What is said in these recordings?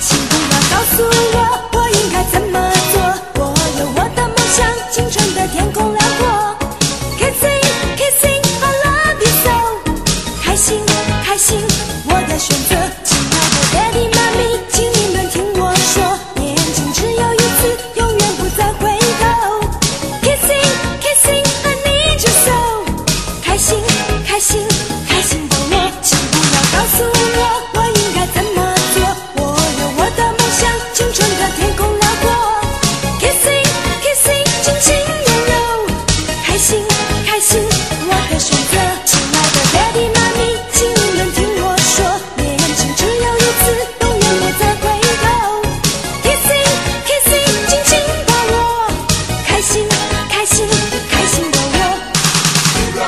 请不要告诉我我应该怎么做，我有我的梦想，青春的天空辽阔。Kissing, kissing, I love you so，开心，开心，我的选择。亲爱的 Daddy, Mommy，请你们听我说，年轻只有一次，永远不再回头。Kissing, kissing, I need you so，开心，开心，开心的我，请不要告诉我我应该怎么做，我有我的梦想，青春的天空辽阔。Kissing, kissing，轻轻柔柔，开心，开心，我的选择。亲爱的 Daddy, Mommy，请你们听我说，年轻只有一次，永远不再回头。Kissing, kissing，轻轻抱我，开心，开心，开心的我。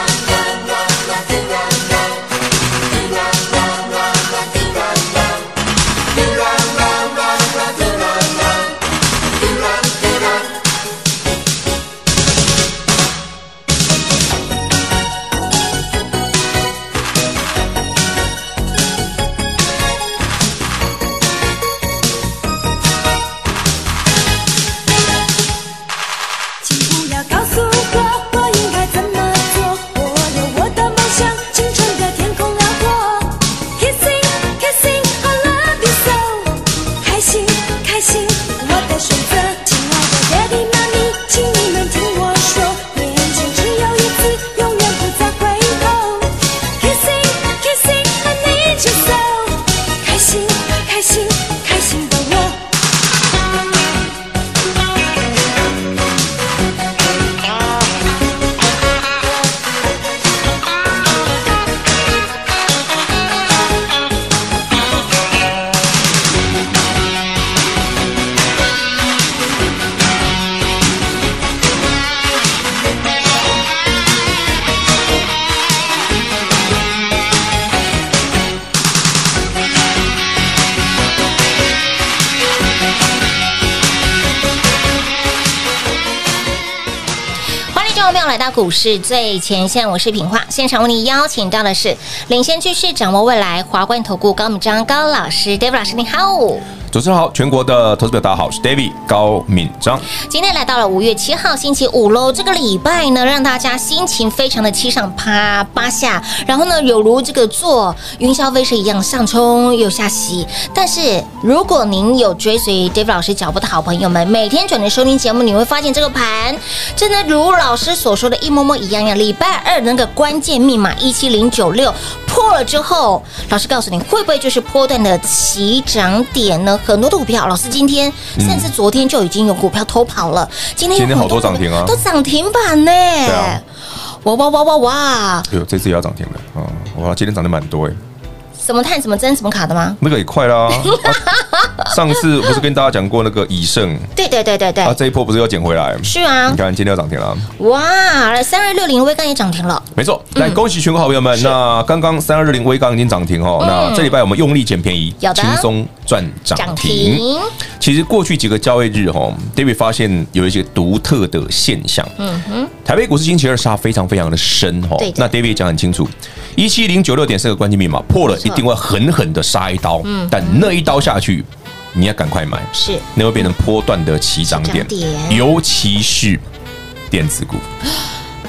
请不要告诉我我应该怎么做，我有我的梦想，青春的天空辽阔。Kissing, kissing, I love you so，开心，开心，我的选择。亲爱的 Daddy, Mommy，请你们听我说，年轻只有一次，永远不再回头。Kissing, kissing, I need you so，开心，开心，开心的我。欢迎各位朋友来到股市最前线，我是品化。现场为你邀请到的是领先趋势、掌握未来华冠投顾高敏章高老师，David 老师，你好。主持人好，全国的投资表大家好，我是 David 高敏章。今天来到了五月七号星期五喽，这个礼拜呢，让大家心情非常的七上八八下，然后呢，有如这个坐云霄飞车一样上冲又下洗。但是如果您有追随 Dave 老师脚步的好朋友们，每天准时收听节目，你会发现这个盘真的如老师所说的一模模一样样。礼拜二那个关键密码一七零九六破了之后，老师告诉你会不会就是波段的起涨点呢？很多的股票，老师今天甚至昨天就已经有股票偷跑了，今天有今天好多很涨停啊都涨停板呢。对啊哇哇哇哇哇！哎呦，这次也要涨停了啊、哇，今天涨得蛮多哎，什么探什么针什么卡的吗？那个也 快啦、啊上次不是跟大家讲过那个以盛对对对对对，啊，这一波不是又捡回来？是啊你，看今天要涨停了啊。哇，来三二六零微刚也涨停了，没错，来恭喜全国好朋友们。那刚刚三二零微刚已经涨停哦，那这礼拜我们用力捡便宜嗯有，的轻松赚涨涨停。停，其实过去几个交易日哈，David 发现有一些独特的现象。嗯哼，台北股市星期二杀非常非常的深哈对的。那 David 也讲很清楚，一七零九六点是个关键密码，破了错一定会狠狠的杀一刀。嗯，但那一刀下去，你要赶快买，是那会变成波段的起涨点起涨，点尤其是电子股，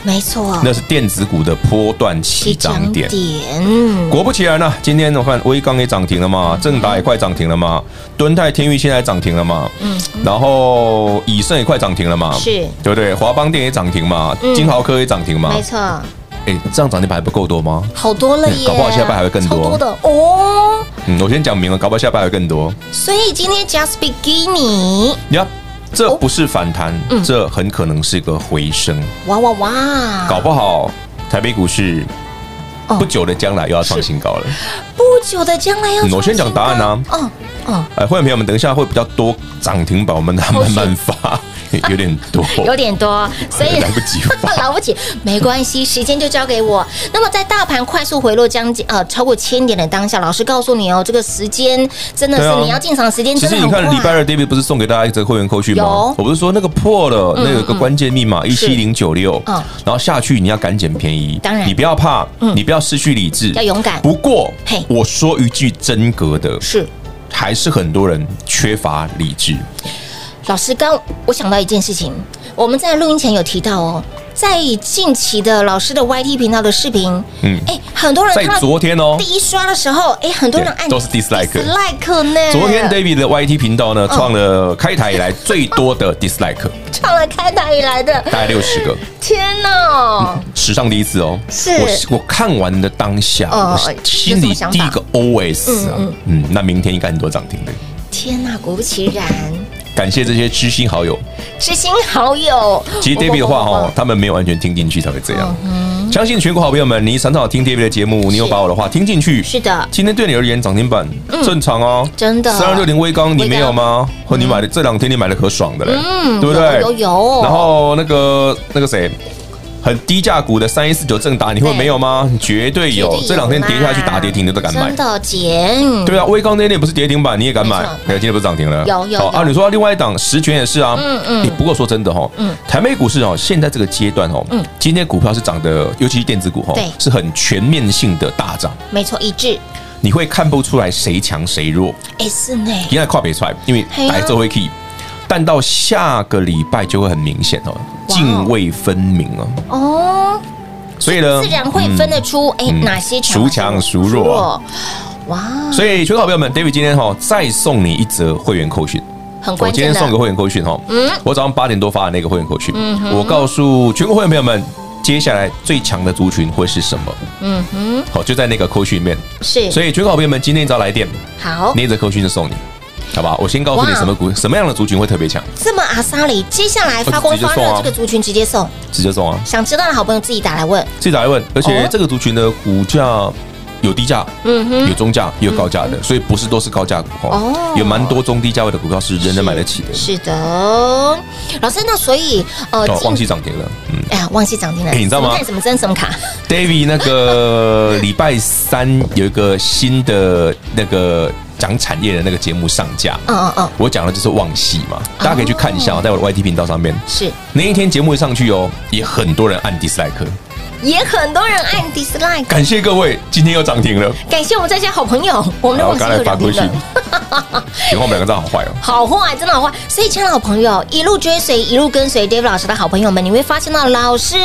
没错，那是电子股的波段起涨点。点果不其然呢、啊今天我看威刚也涨停了嘛，正达也快涨停了嘛，敦泰天域现在涨停了嘛，嗯，然后以盛也快涨停了嘛，是对不对？华邦电也涨停嘛，金豪科也涨停嘛没，错，哎，这样涨停板还不够多吗？好多了耶，嗯搞不好下半还会更多超多的哦。嗯，我先讲明了，搞不好下半还会更多。所以今天 Just Beginning，呀，这不是反弹，哦嗯这很可能是一个回升，哇哇哇，搞不好台北股市哦不久的将来又要创新高了。不久的将来要嗯我先创讲答案啊新高哦哦，哎，会员朋友们，等一下会比较多涨停板，我们慢慢发， 有点多，有点多，所以 来不及发。 来不及，没关系，时间就交给我。那么在大盘快速回落将近呃超过千点的当下，老师告诉你哦，这个时间真的对啊是你要进场时间其真实的你很快啊看。礼拜二 David 不是送给大家一个会员扣讯吗？有嗯我不是说那个破了，那有个关键密码一是七零九六嗯，然后下去你要敢捡便宜，当然嗯你不要怕，你不要失去理智，要勇敢不过嘿，我说一句真格的，是还是很多人缺乏理智。老师，刚我想到一件事情，我们在录音前有提到哦，在近期的老师的 YT 频道的视频，嗯哎，很多人在看到昨天哦第，一刷的时候，哎，很多人对按都是 dislike dislike 呢。昨天 David 的 YT 频道嗯呢，创了开台以来最多的 dislike，创了开台以来的，大概六十个。天哪！史上第一次哦，是我我看完的当下，哦我心有什么里想法第一个 OS 啊，嗯那明天应该很多涨停的。天哪！果不其然，感谢这些知心好友。知心好友。其实 David 的话哇哇哇哈，他们没有哦完全听进去才会这样。嗯相信全国好朋友们，你常常有听 David 的节目，你有把我的话听进去。是的今天对你而言涨停板正常哦，真的三二六零微刚你没有吗？和你买的这两天你买的可爽的嘞，嗯对不对？有有有然后那个那个谁。很低价股的三一四九正达，你会对没有吗？绝对有绝对，有这两天跌下去啦打跌停的都敢买真。的姐，对啊，微刚那天不是跌停板，你也敢买没错？哎，今天不是涨停了？有有好啊，有你说另外一档十全也是啊。嗯嗯嗯嗯。不过说真的哈，嗯，台美股市哦，现在这个阶段哦，嗯，今天股票是涨的，尤其是电子股哈对，是很全面性的大涨，没错，一致。你会看不出来谁强谁弱，哎，是呢，因为跨北出来，因为嘿啊白周会 key，但到下个礼拜就会很明显哦，泾渭分明哦，哦，所以呢，自然会嗯分得出哎嗯哪些孰强孰弱。哇，嗯所以，全国好朋友们，David 今天哈再送你一则会员扣讯。很我关今键天的嗯送。个会员扣讯哈，我早上八点多发的那个会员扣讯，我告诉全国会员朋友们，接下来最强的族群会是什么？嗯哼，好，就在那个扣讯里面。是所以全国好朋友们，今天只要来电，好。那则扣讯就送你，好不好？我先告诉你哦哇什么股，什么样的族群会特别强，这么阿萨里，接下来发光发热我直接送啊这个族群直接送，直接送啊！想知道的好朋友自己打来问。自己打来问，而哦且这个族群的股价有低价，嗯哼，有中价，也有高价的，所以不是都是高价股哦哦，有蛮多中低价位的股票是人人买得起的。是的，老师，那所以呃，哦，近忘记涨停了，嗯。哎呀，忘记涨停了，哎你知道吗什么看什么真什么卡， David 那个礼拜三有一个新的那个讲产业的那个节目上架，嗯嗯嗯，我讲的就是旺系嘛，大家可以去看一下哦，在我的 YT 频道上面。是，那一天节目一上去哦，也很多人按 dislike，也很多人按 dislike。感谢各位，今天又涨停了。感谢我们这些好朋友，我们的然后网刚友才发聊过天去，了。 然后我们两个真的好坏哦。好坏，真的好坏。所以，亲爱的好朋友，一路追随，一路跟随 David 老师的好朋友们，你会发现到老师。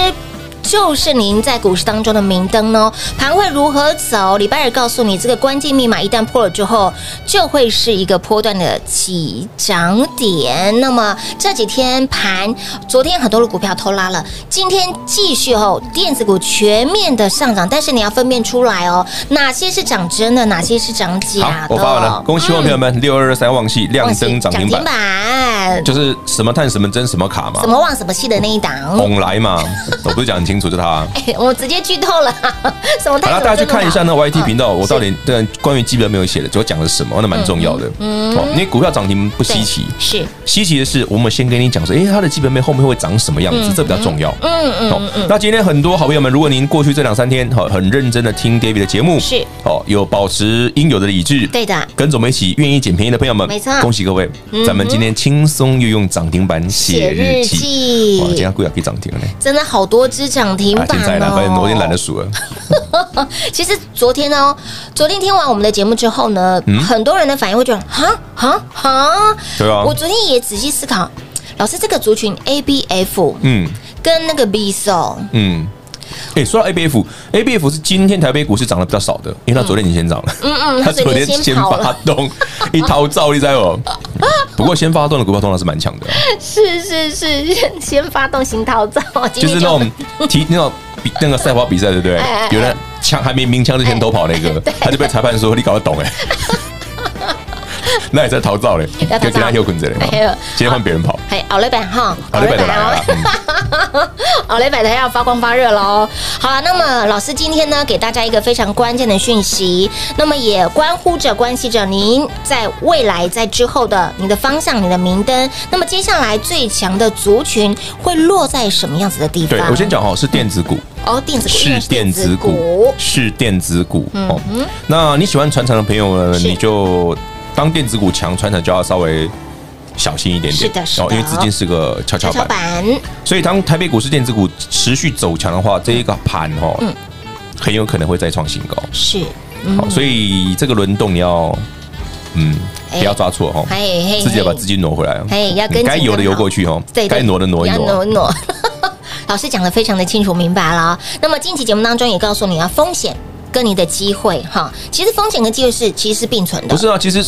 就是您在股市当中的明灯哦，盘会如何走？礼拜二告诉你，这个关键密码一旦破了之后，就会是一个波段的起涨点。那么这几天盘，昨天很多的股票偷拉了，今天继续哦，电子股全面的上涨，但是你要分辨出来哦，哪些是涨真的，哪些是涨好假，的。我发完哦了，恭喜我朋友们，六二二三旺系亮忘记灯涨停板，板就是啊什么碳什么真什么卡嘛什，么旺什么系的那一档，拱来嘛，我不是讲很清楚，就它啊。 哎我直接剧透了， 什么好太了，大家去看一下那个嗯 YT 频道，我到是底对啊关于基本没有写的，主要讲的是什么，那蛮重要的。嗯，因为股票涨停不稀奇，是稀奇的是我们先跟你讲说，诶，它的基本面后面会长什么样子，这比较重要。嗯嗯哦，那今天很多好朋友们，如果您过去这两三天好很认真的听 David 的节目，是哦，有保持应有的理智，对的跟着我们一起愿意捡便宜的朋友们，没错嗯恭喜各位，咱们今天轻松又用涨停板写日记，哇，今记天。股啊票可以涨停了呢，真的好多只涨停啊，现板在了，反正哦！我有点懒得数了，其实昨天呢，昨天听完我们的节目之后呢，很多人的反应会觉得哈哈哈。对嗯啊我昨天也仔细思考，老师这个族群 A B F 嗯。跟那个 B S O，嗯，哎、说到 ABF，ABF 是今天台北股市涨得比较少的，因为它昨天已经先涨了。嗯嗯，它昨天先跑了发， 动，一套照你在哦。不过先发动的股票通常是蛮强的，哦 是是是，先发动型逃走，今就是天 那种提那种比那个赛跑比赛，对不对哎哎哎？哎有人枪还没鸣枪之前偷跑那个，他就被裁判说你搞 得懂哎，那也在逃灶嘞，要逃就给他灶又滚着嘞哎呦，今天换别人跑，哎，奥利版哈，奥利百的来哦了，嗯 奥雷百的要发光发热喽！好啊了，那么老师今天呢，给大家一个非常关键的讯息，那么也关乎着、关系着您在未来、在之后的你的方向、你的明灯。那么接下来最强的族群会落在什么样子的地 方？对我先讲哈，是电子股，哦，电子股是电子股，，是电子股嗯哦。那你喜欢传承的朋友呢，是你就当电子股强，传承就要稍微小心一点是点，的是的哦因为资金是个跷跷跷跷板，板，所以当台北股市电子股持续走强的话，这一个盘哈，嗯很有可能会再创新高。是，好，所以这个轮动你要，嗯，哎不要抓错哈，哦嘿嘿，自己要把嘿资金挪回来哦哎要跟该紧游的跟游好过去哦对，对该挪的挪一要挪挪。一挪。 老师讲的非常的清楚明白了哦。那么近期节目当中也告诉你啊，风险跟你的机会哈，其实风险跟机会是其实是并存的，不是啊，其实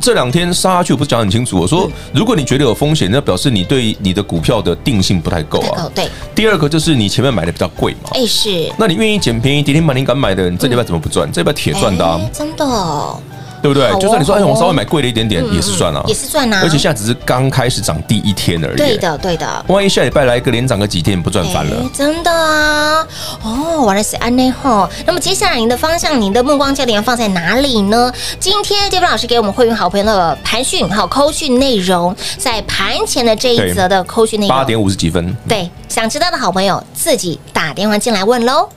这两天杀下去，我不是讲得很清楚，我嗯说如果你觉得有风险，那表示你对你的股票的定性不太够对啊哦。对，第二个就是你前面买的比较贵嘛，哎是那你愿意捡便宜，跌停板你敢买的，你这礼拜怎么不赚？这礼拜铁赚的啊，哎真的哦，对不对好哦？就算你说哎，好哦我稍微买贵了一点点，嗯也是赚啊也，是赚啊，而且现在只是刚开始涨第一天而已。啊对，的对的。万一下礼拜来个连涨个几天，你不赚翻了哎？真的啊！哦，原来是安内吼。那么接下来您的方向、您的目光焦点要放在哪里呢？今天 d a 老师给我们会员好朋友的盘讯、好扣讯内容，在盘前的这一对则的扣讯内容，啊八点五十几分，对，想知道的好朋友自己打电话进来问喽。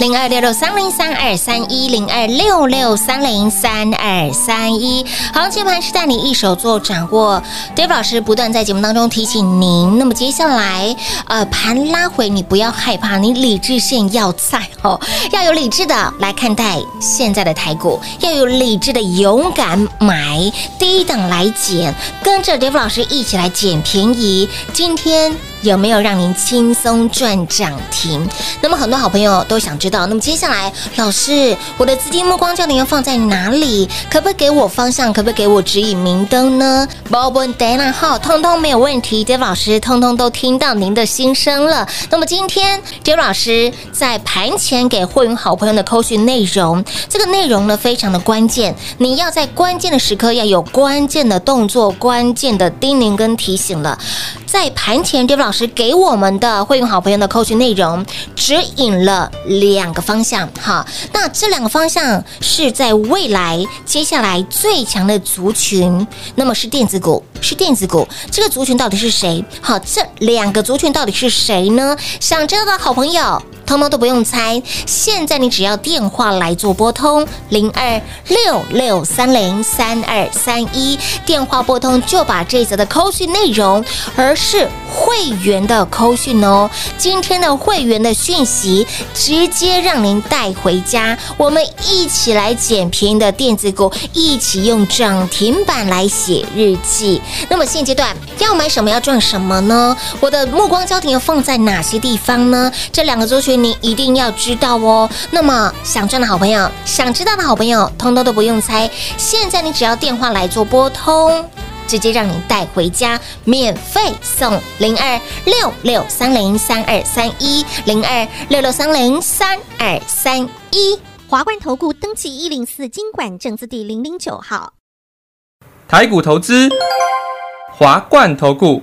零二六六三零三二三一零二六六三零三二三一，行情盘是带你一手做掌握。Dave 老师不断在节目当中提醒您，那么接下来呃盘拉回，你不要害怕，你理智线要在哦，要有理智的来看待现在的台股，要有理智的勇敢买低档来捡，跟着 Dave 老师一起来捡便宜。今天有没有让您轻松赚涨停？那么很多好朋友都想知道，那么接下来老师，我的资金目光焦点要放在哪里？可不可以给我方向？可不可以给我指引明灯呢？包本 Dana 号，通通没有问题。Dave 老师通通都听到您的心声了。那么今天 Dave 老师在盘前给会员好朋友的扣讯内容，这个内容呢非常的关键，你要在关键的时刻要有关键的动作、关键的叮咛跟提醒了。在盘前 d a v 老师给我们的会员好朋友的扣群内容指引了两个方向，哈，那这两个方向是在未来接下来最强的族群，那么是电子股，是电子股，这个族群到底是谁？好，这两个族群到底是谁呢？想知道的好朋友。通通都不用猜，现在你只要电话来做拨通零二六六三零三二三一，电话拨通就把这一则的扣讯内容，而是会员的扣讯哦，今天的会员的讯息直接让您带回家，我们一起来捡便宜的电子股，一起用涨停板来写日记。那么现阶段要买什么，要赚什么呢？我的目光焦点要放在哪些地方呢？这两个族群你一定要知道哦。那么想赚的好朋友，想知道的好朋友，通通都不用猜。现在你只要电话来做拨通。直接让你带回家，免费送零二六六三零三二三一零二六六三零三二三一。华冠投顾登记一零四经管证字第零零九号。台股投资，华冠投顾。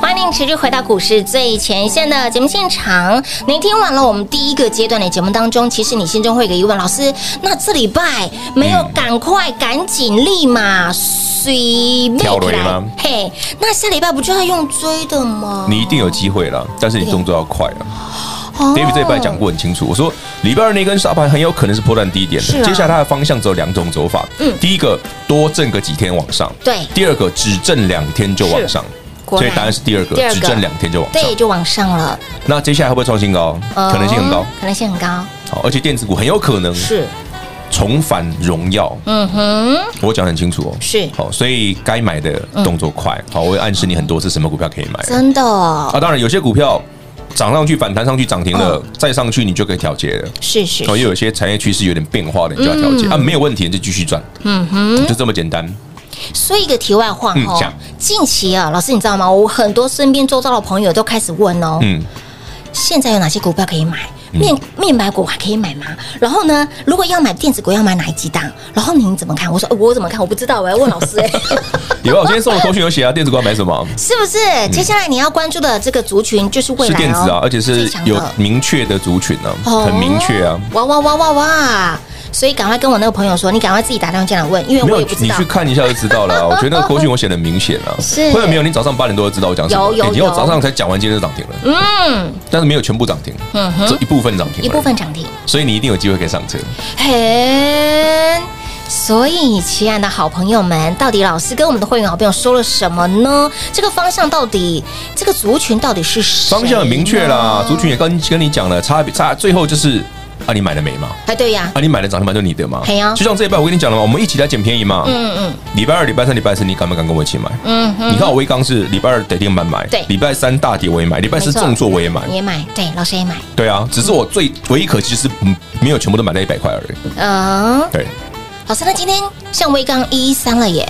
欢迎持续回到股市最前线的节目现场。您听完了我们第一个阶段的节目当中，其实你心中会有一个疑问：老师，那这礼拜没有赶快、赶紧、立马、随便跳起雷来吗？嘿，那下礼拜不就要用追的吗？你一定有机会了，但是你动作要快啊。哦 David 这一拜讲过很清楚，我说礼拜二那根沙盘很有可能是破断低点的，是啊接下来它的方向只有两种走法，嗯第一个多挣个几天往上，对第二个只挣两天就往上，果所以然答案是第二个第二，个只挣两天就往上。对，就往上了，那接下来会不会创新高？嗯可能性很高，，嗯可能性很高，好，而且电子股很有可能是，重返荣耀，嗯哼，我讲得很清楚哦，是嗯好，所以该买的动作快，好，我会暗示你很多次什么股票可以买真的哦，啊，当然有些股票。涨上去，反弹上去，涨停了，嗯再上去你就可以调节了。是是哦，，又有一些产业趋势有点变化的，你就要调节、啊，没有问题你就继续赚，嗯哼。就这么简单。说一个题外话嗯哦讲，近期啊，老师你知道吗？我很多身边周遭的朋友都开始问哦，嗯，现在有哪些股票可以买？面面白股还可以买吗？然后呢，如果要买电子股，要买哪几档？然后您怎么看？我说、呃我怎么看？我不知道，我要问老师哎、有啊，我今天送的头绪有写啊，电子股要买什么？ 是不是？接下来你要关注的这个族群就是未嗯是来哦，电子啊，而且是最强的有明确的族群啊，哦很明确啊。哇哇哇哇哇！所以赶快跟我那个朋友说，你赶快自己打电话进来问，因为没我有也不，知你道去。看一下就知道了啊、我觉得那个口讯我写的明显 啊，是或者没有？你早上八点多就知道我讲什么，有有哎你要有早上才讲完，今天就涨停了，嗯但是没有全部涨停，嗯这哼，一部分涨停，一部，分涨停。所以你一定有机会可以上车。很。所以，亲爱的好朋友们，到底老师跟我们的会员好朋友说了什么呢？这个方向到底，这个族群到底是谁？方向很明确啊啦，族群。也跟跟你讲了，差别差最后就是啊，你买了没嘛？哎，对呀、啊，你买了涨停板就你的嘛。嘿呀就像这一半我跟你讲了嘛，我们一起来捡便宜嘛。嗯嗯礼拜二、礼拜三、礼拜四，你敢不敢跟我一起买？嗯哼，你看我威刚是礼拜二跌停板买，对礼拜三大跌我也买，礼拜四没错重挫我也买嗯你，也买，对，老师也买，对啊，只是我最唯一可惜是嗯没有全部都买到一百块而已，嗯、对老师，那今天像威刚一一三了耶，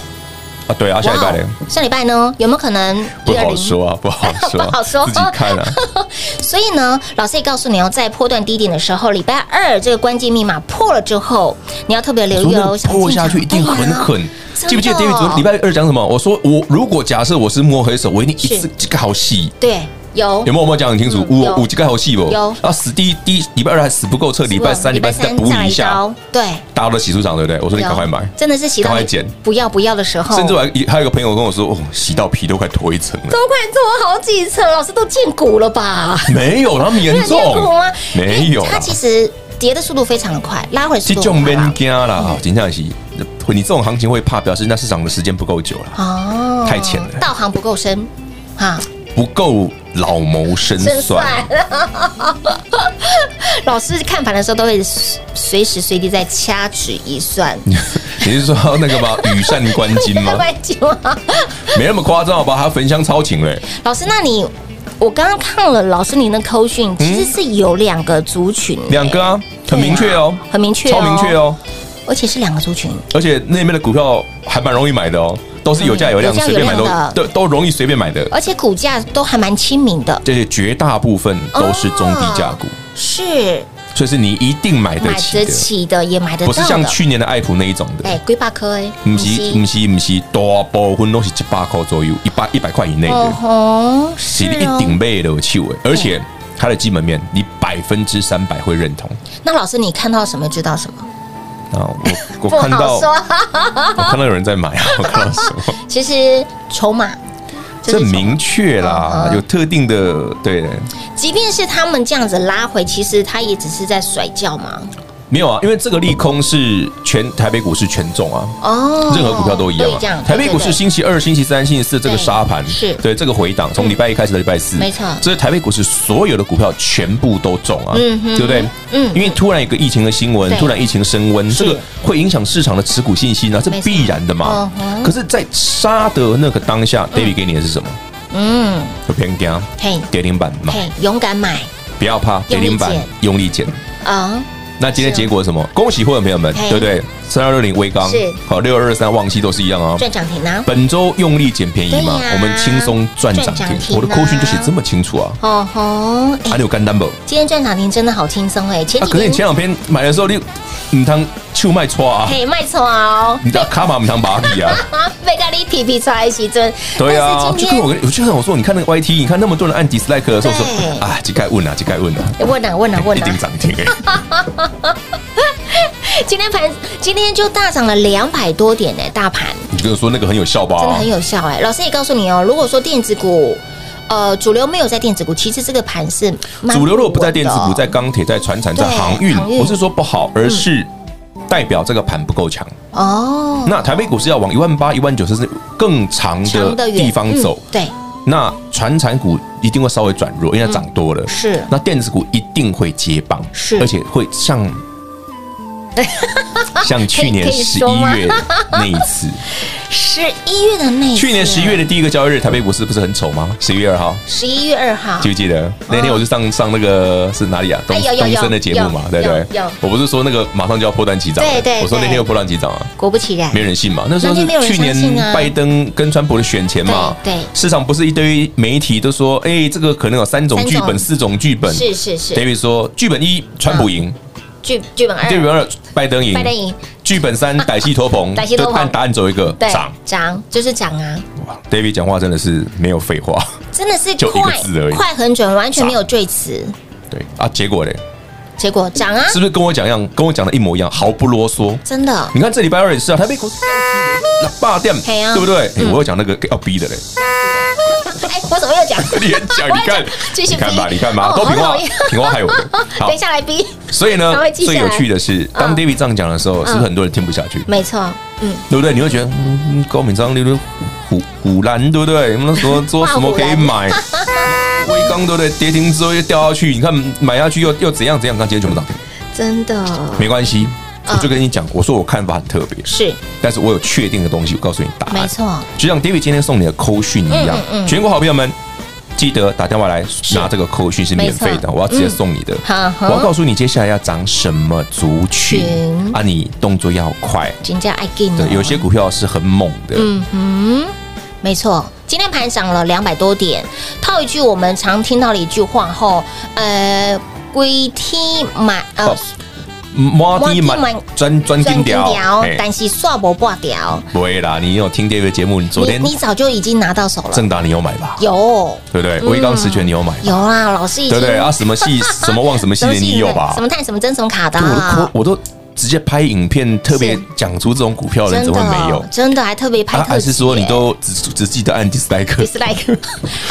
啊，对啊，下礼拜呢哇哦下礼拜呢有没有可能不120好？说啊， 不好说啊，不好说自己看啊，所以呢，老师也告诉你哦，在波段低点的时候，礼拜二这个关键密码破了之后，你要特别留意哦。想破进场下去一定哎很狠。啊真的哦记不记得 David 昨天礼拜二讲什么？我说我如果假设我是摸黑手，我一定一次是这个好戏，对，有有没有我们讲很清楚？嗯五有五几个好戏不？有啊，死第一第一礼拜二还死不够彻，礼拜三礼拜四再补再来你一哦下，刀，对，大家都洗出场对不对？我说你赶快买有，真的是洗到赶你快剪不要不要的时候，甚至我还还有一个朋友跟我说，哦，洗到皮都快脱一层了。都快做好几层，老师都见骨了 吧？没有，他们严没有重见骨吗？，没有因为它啦。其实跌的速度非常的快，拉回的速这度种很快免啦惊啦，真正是你这种行情会怕，表示那市场的时间不够久了，哦，太浅了道行不够深啊。不够老谋深真算。帅！ 老师看盘的时候都会随时随地在掐指一算，你是说那个吗？羽扇纶巾 吗？关机吗？没那么夸张好吧？还要焚香超情嘞，老师，那你我刚刚看了老师您的扣讯，其实是有两个族群，嗯两个啊，很明确哦，很明确、超明确，哦，而且是两个族群，而且那边的股票还蛮容易买的哦，都是有价有量，有价随有便量买的都都都容易随便买的，而且股价都还蛮亲民的，这些绝大部分都是中低价股，是所以是你一定买得买起得的，起的，也买得不到是像的。去年的爱普那一种的。哎，龟巴科哎，不是不是不是，大部分都是一百块左右，一百一百块以内哦的，吼，是是一哦顶倍的气味，而且它的基本面你百分之三百会认同。那老师，你看到什么知道什么？啊，我不我看到好说。我看到有人在买啊，我看到什么？其实筹码，就这是筹明确啦嗯，嗯有特定的对，即便是他们这样子拉回，其实他也只是在甩轿嘛。没有啊，因为这个利空是全台北股市全中啊，哦，任何股票都一样对这啊样。台北股市对对对星期二、星期三、星期四这个对沙盘是对这个回档，从礼拜一开始到礼拜四，没错这是台北股市所有的股票全部都中啊，嗯哼对不对？嗯因为突然有个疫情的新闻对，突然疫情升温，这个会影响市场的持股信心啊，这没错必然的嘛嗯哼。可是，在杀的那个当下，David 给你的是什么？嗯，就偏强，嘿，跌停板买，嘿，勇敢买不要怕，跌停板用力用力减。啊，那今天是结果是什么？恭喜会员朋友们，嘿对不对？三二六零微刚是，好六二二三旺西都是一样啊。赚涨停呢。本周用力捡便宜嘛对呀，我们轻松赚涨赚涨停停。啊我的扣讯就写这么清楚啊，哦吼，哎还有干单不？啊，今天赚涨停真的好轻松哎，前几可是天你前两天买的时候，你唔当手卖错啊，嘿卖错哦，你的卡玛唔当拔 底啊。啊， 被咖喱皮皮抓一起针，对啊，但是就今跟天我跟我就跟我说，你看那个 YT，你看那么多人按 dislike 的时对候说，啊，这该问啊，这该问啊，哎问啊问啊问 一定啊，涨停哎。今天盘今天就大涨了两百多点呢，大盘你跟我说那个很有效吧？真的很有效哎。老师也告诉你哦，如果说电子股。呃，主流没有在电子股，其实这个盘是蛮主流如果不在电子稳股，的哦在钢铁、在船产、在对航运航运，嗯不是说不好，而是代表这个盘不够强。哦，那台北股市要往一万八、一万九，甚至更长长的得远地方嗯走，对，那传产股一定会稍微转弱，因为它涨多了。嗯是那电子股一定会接棒，是而且会像 像去年可以十说一吗啊月那一 次，十一月的那一次去年十一月的第一个交易日，台北股市不是很丑吗？十一月二号，十一月二号 记不记得？那天我就上上那个是哪里啊？东哎有有东有升的节目嘛，有对不对有有？我不是说那个马上就要破蛋起涨了，对对啊我说那对天又破蛋起涨啊。果不其然没，人信嘛？那时候是那天没有人去相信啊年拜登跟川普的选前嘛，对对市场不是一堆媒体都说，哎、这个可能有三种三种剧本、四种剧本。是是是， David 说，剧本一，川普赢；剧剧本二，剧本二，拜登赢；拜登赢，剧 本三，歹戏拖棚，歹戏拖棚就按答案走一个对涨。涨就是涨啊，哇，David 讲话真的是没有废话，真的是就一个快字而已快很准，完全没有赘词，对啊，结果嘞，结果涨啊，是不是跟我讲一样，跟我讲的一模一样，毫不啰嗦？真的你看这礼拜二也是啊，台 北股市霸店，嘿啊对不对？哎我又讲那个要逼的嘞， 哎，我怎么又讲？你很讲，你看，继续你看逼吧，你看吧，哦都好平花讨厌，平花还有的。好等一，下来逼，所以呢他会，记下最来有趣的是，当嗯 David 这样讲的时候，是不是很多人听不下去？没错，嗯，对不对？你会觉得，嗯，高敏章、刘刘虎虎兰，对不对？我们说做 什么可以买？ 威刚对不对？跌停之后又掉下去，你看买下去又又怎样怎样？你看今天全部涨停，嗯真的没关系。嗯我就跟你讲，我说我看法很特别，是但是我有确定的东西，我告诉你答没案。错，就像 David 今天送你的扣讯一样嗯，嗯嗯全国好朋友们记得打电话来拿这个扣讯是免费没的，错嗯我要直接送你的。好我要告诉你接下来要涨什么族群群啊，你动作要快。金价爱进对，有些股票是很猛的，哦嗯哼，没错，今天盘涨了两百多点。套一句我们常听到的一句话吼，呃，归天满呃哦摩的摩的满满专专钻金金条，条，嘿但是刷不挂掉。不会啦，你有听 David 节目，你昨你天你早就已经拿到手了，正达你有买吧？有对不对？威刚实权你有买吧？有啦，老师已对经不对啊？什 么系什么旺什么系什的么系你有吧什？么碳什么针什么卡的对，我都扣啊，我都直接拍影片，特别是讲出这种股票的人怎么会没有？真的还哦特别拍啊，特辑耶，还是说你都只只记得按 dislike？ dislike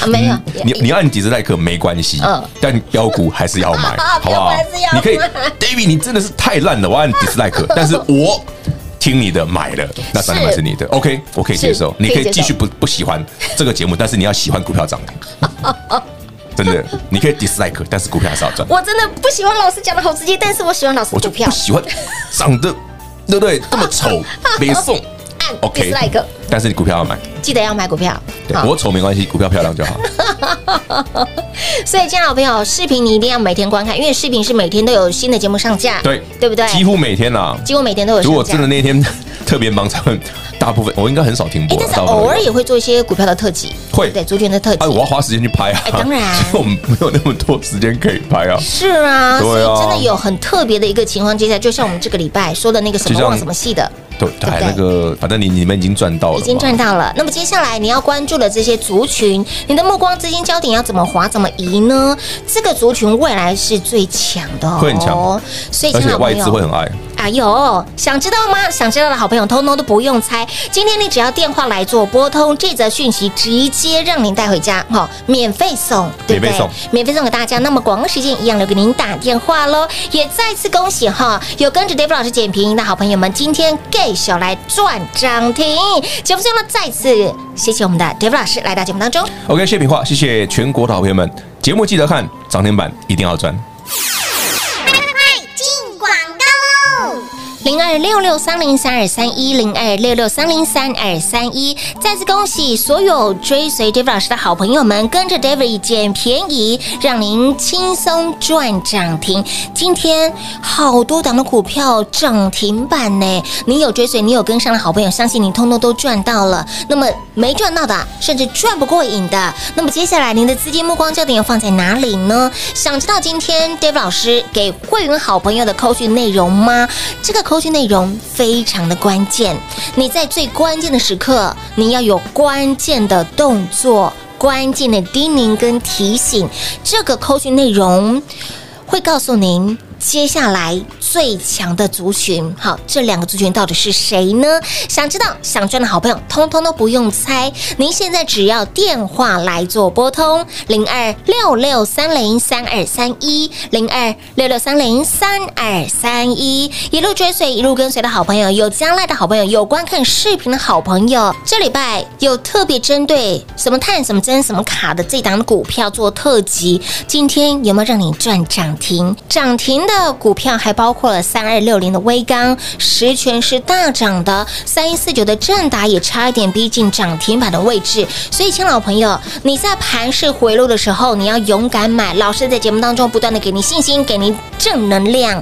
啊没有嗯你你按 dislike 没关系嗯，，但标股还是要买好不好标股还是要？买你可以，David，你真的是太烂了，我按 dislike，但是我。听你的买了，那当然是是你的。OK，我可以接受是，你可可以接受以继续不不喜欢这个节目，但是你要喜欢股票涨停。真的，你可以 dislike，但是股票还是要赚。我真的不喜欢老师讲的好直接，但是我喜欢老师我股就票不喜欢长得，对不对？这么丑，没送。按 OK， dislike，但是你股票要买，记得要买股票。对我丑没关系，股票漂亮就好。所以，亲爱的朋友，视频你一定要每天观看，因为视频是每天都有新的节目上架，对对不对？几乎每天啦、几乎每天都有上架。如果真的那天特别忙，才会大部分我应该很少停哎，播但了，是大部分偶尔也会做一些股票的特辑，对会不对，族群的特辑哎，。我要花时间去拍啊哎，当然 所以我们没有那么多时间可以拍啊。是啊，所对啊以真的有很特别的一个情况之下，就像我们这个礼拜说的那个什就么像旺什么系的，对，对哎，那个反正你你们已经赚到了嘛，已经赚到了。那么接下来你要关注的这些族群，你的目光资金焦点要怎么划、怎么移呢？这个族群未来是最强的、哦，会很强，所以，而亲爱且的外朋资会友，很爱，哎呦，想知道吗？想知道的好朋友通通都不用猜，今天你只要电话来做拨通，这则讯息直接让您带回家，哈、免费送，对不对？免费送免费送给大家。那么广告时间一样留给您打电话喽。也再次恭喜哈，有跟着 Dave 老师捡便宜的好朋友们，今天 Gay 手来赚涨停。节目最后呢，再次谢谢我们的 Dave 老师来到节目当中。 OK，谢谢品话，谢谢全国的好朋友们，节目记得看，涨停板一定要赚。进广告喽！零二六六三零三二三一零二六六三零三二三一。再次恭喜所有追随 David 老师的好朋友们，跟着 David 捡便宜，让您轻松赚涨停。今天好多档的股票涨停板呢，你有追随，你有跟上的好朋友，相信你通通都赚到了。那么没赚到的，甚至赚不过瘾的，那么接下来您的资金目光焦点又放在哪里呢？想知道今天 David 老师给会员好朋友的扣讯内容吗？这个扣讯内容非常的关键，你在最关键的时刻，你要有关键的动作、关键的叮咛跟提醒。这个扣讯内容会告诉您。接下来最强的族群，好，这两个族群到底是谁呢？想知道、想赚的好朋友，通通都不用猜，您现在只要电话来做拨通零二六六三零三二三一零二六六三零三二三一，一路追随、一路跟随的好朋友，有将来的好朋友，有观看视频的好朋友，这礼拜有特别针对什么碳、什么针、什么卡的这档股票做特辑，今天有没有让你赚涨停？涨停的股票还包括了三二六零的微钢，十全是大涨的，三一四九的正达也差一点逼近涨停板的位置。所以，亲老朋友，你在盘势回落的时候，你要勇敢买。老师在节目当中不断的给您信心，给您正能量，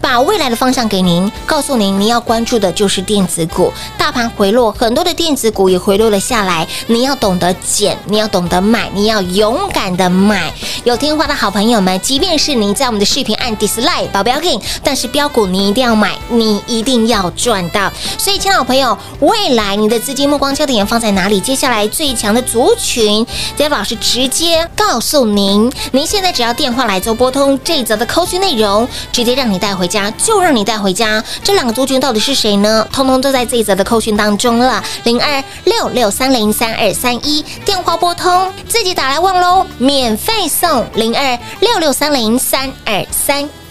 把未来的方向给您，告诉您你要关注的就是电子股。大盘回落，很多的电子股也回落了下来，你要懂得减，你要懂得买，你要勇敢的买。有听话的好朋友们，即便是您在我们的视频按 dislike 保镖 king，但是标股你一定要买，你一定要赚到。所以，亲爱的朋友，未来你的资金目光焦点放在哪里？接下来最强的族群，Dave 老师直接告诉您，您现在只要电话来做拨通这一则的扣讯内容，直接让你带回家，就让你带回家。这两个族群到底是谁呢？通通都在这一则的扣讯当中了。零二六六三零三二三一电话拨通，自己打来问喽，免费送零二六六三零三二三